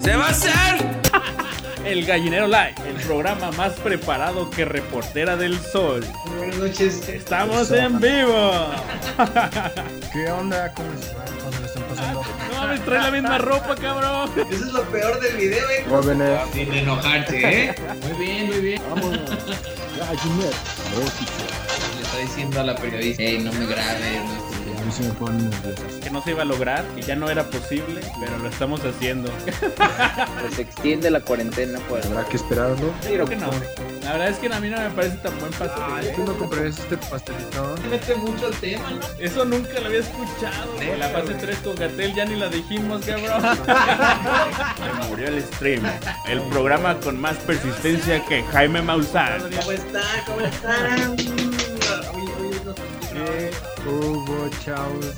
¡Se va a hacer! El Gallinero Live, el programa más preparado que Reportera del Sol. Buenas noches. Estamos en vivo. ¿Qué onda? ¿Cómo están? ¿Cómo se lo están pasando? Ah, No me trae la misma ropa, cabrón. Eso es lo peor del video, eh. Jóvenes, Sin enojarte, eh. Muy bien, muy bien. vámonos. Gallinero. A ver, chicho. Le está diciendo a la periodista, hey, no me grabes, no estoy A mí se me ponen nerviosos. Que no se iba a lograr, que ya no era posible, pero lo estamos haciendo. Pues se extiende la cuarentena por Habrá que esperarlo. Creo que no. La verdad es que a mí no me parece tan buen pastel. ¿Tú no comprarías este pastelito? Mete mucho el tema, ¿no? Eso nunca lo había escuchado. güey. La fase 3 con Gatel ya ni la dijimos, cabrón. Se murió el stream. El programa con más persistencia que Jaime Maussan. ¿Cómo está? ¿Cómo está? Oye, oye, no sé ¿Qué hubo, chavos?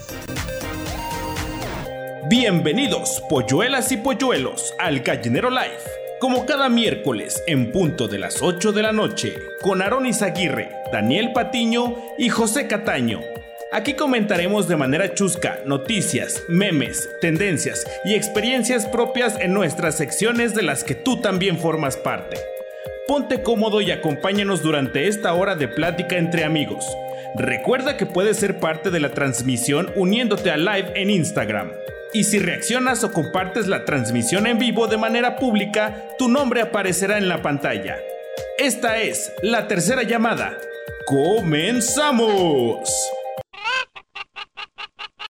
Bienvenidos, polluelas y polluelos, al Gallinero Live. Como cada miércoles, en punto de las 8 de la noche, con Aaron Izaguirre, Daniel Patiño y José Cataño. Aquí comentaremos de manera chusca noticias, memes, tendencias y experiencias propias en nuestras secciones de las que tú también formas parte. Ponte cómodo y acompáñanos durante esta hora de plática entre amigos. Recuerda que puedes ser parte de la transmisión uniéndote a live en Instagram. Y si reaccionas o compartes la transmisión en vivo de manera pública, tu nombre aparecerá en la pantalla. Esta es la tercera llamada. ¡Comenzamos!